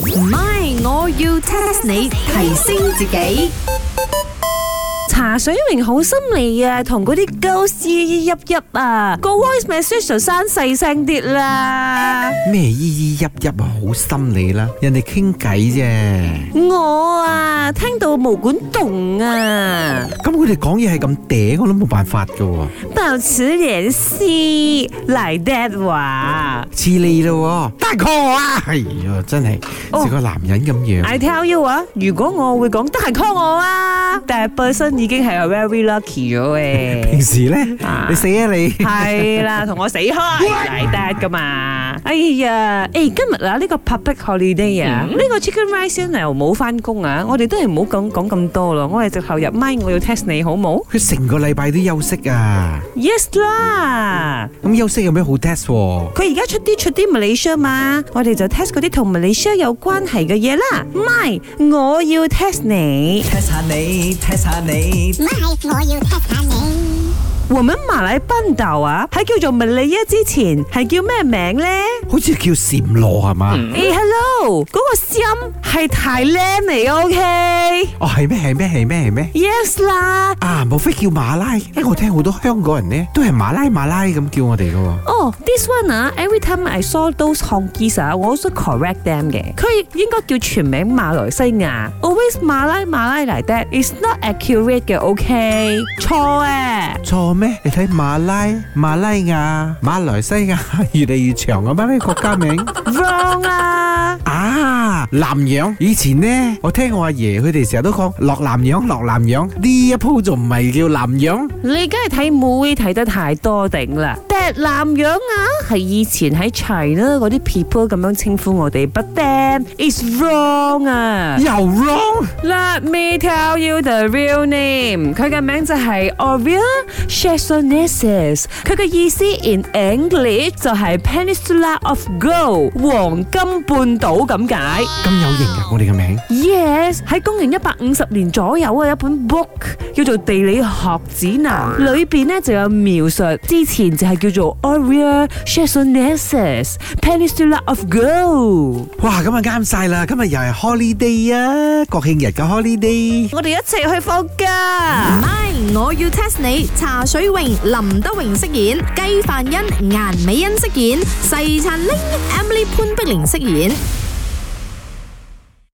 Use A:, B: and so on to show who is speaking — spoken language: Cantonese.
A: 唔係，我要 test 你提升自己。
B: 茶水榮好心嚟啊，同嗰啲 girls 一一啊，個 à. voice message 就生細聲啲啦。
C: 咩依依泣泣啊，好心你啦，人哋傾偈啫。
B: 我啊，聽到毛管動啊，
C: 咁佢哋講嘢係咁嗲，我都冇辦法噶喎。
B: 爆此言師嚟 that 話。
C: 似你咯喎，大哥啊，哎呀，真係
B: 哦
C: 似個男人咁樣。
B: I tell you 啊，如果我會講得閒 call 我啊，但係本身已經係 à. very lucky 咗
C: 平
B: 嘅。
C: 時咧，
B: 啊
C: 你死啊你！
B: 係 啦，同我死開嚟 that 噶嘛。哎呀，誒、
D: 嗯
B: 今日啊呢、個 public holiday 啊，呢、個 chicken rice 又冇翻工啊，我哋都係唔好講講咁多咯，我哋直頭入咪，我要 test 你好冇
C: 佢成個禮拜都休息啊，
B: ？Yes 啦。
C: 咁休息有咩好 test？喎
B: 佢而家出啲出啲 Malaysia 嘛，我哋就 test 嗰啲同 Malaysia 有關係嘅嘢啦。唔係，我要 test 你。
D: 踢下你，踢下你，
E: 咪我要 test 下你。
B: 我們馬來半島啊，喺叫做 Malaya 之前係叫咩名呢？
C: 好似叫蟬螺係嘛？
B: 誒、h e l l o 嗰個 Siam 係 Thailand 嚟嘅
C: 哦，係咩？係咩？係咩？係咩？
B: ，OK？Yes 啦。
C: 啊，莫非叫馬拉？因為我聽好多香港人咧都係馬拉馬拉咁叫我哋噶喎。
B: 哦、t h i s Oh, one 啊，every time I saw those honkies 啊，我 also correct them 嘅。佢應該叫全名馬來西亞，always 馬拉馬拉嚟 that，is not accurate 嘅，OK？錯 à. 啊！
C: 錯咩？你睇馬拉、馬拉亞、馬來西亞 越嚟越長啊！咩國家名
B: wrong à. 啊！
C: 啊？南洋以前呢，我聽我阿爺佢哋成日都講落南洋，落南洋呢一鋪仲唔係叫南洋？
B: 你梗係睇妹睇得太多頂啦。踢南洋啊，係以前喺 China 嗰啲 people 咁樣稱呼我哋，but then is wrong à. 啊。
C: 又 wrong，
B: Let me tell you the real name，佢嘅名就係 Aurea Chesonesis，佢嘅意思 in English 就係 Peninsula of Gold 黃金半島咁解。
C: 咁有型噶我哋嘅名。
B: Yes，喺公元一百五十年左右啊，有一本 book 叫做《地理學指南》，裏邊咧就有描述之前就係叫做 Aurea Chesonesis Peninsula of Gold。
C: 哇，咁啊啱晒啦！今日又係 holiday 啊，國慶日嘅 holiday。
B: 我哋一齊去放假。
A: 唔係，我要 test 你。茶水榮、林德榮飾演，雞凡欣、顏美欣飾演，細陳玲、Emily 潘碧玲飾演。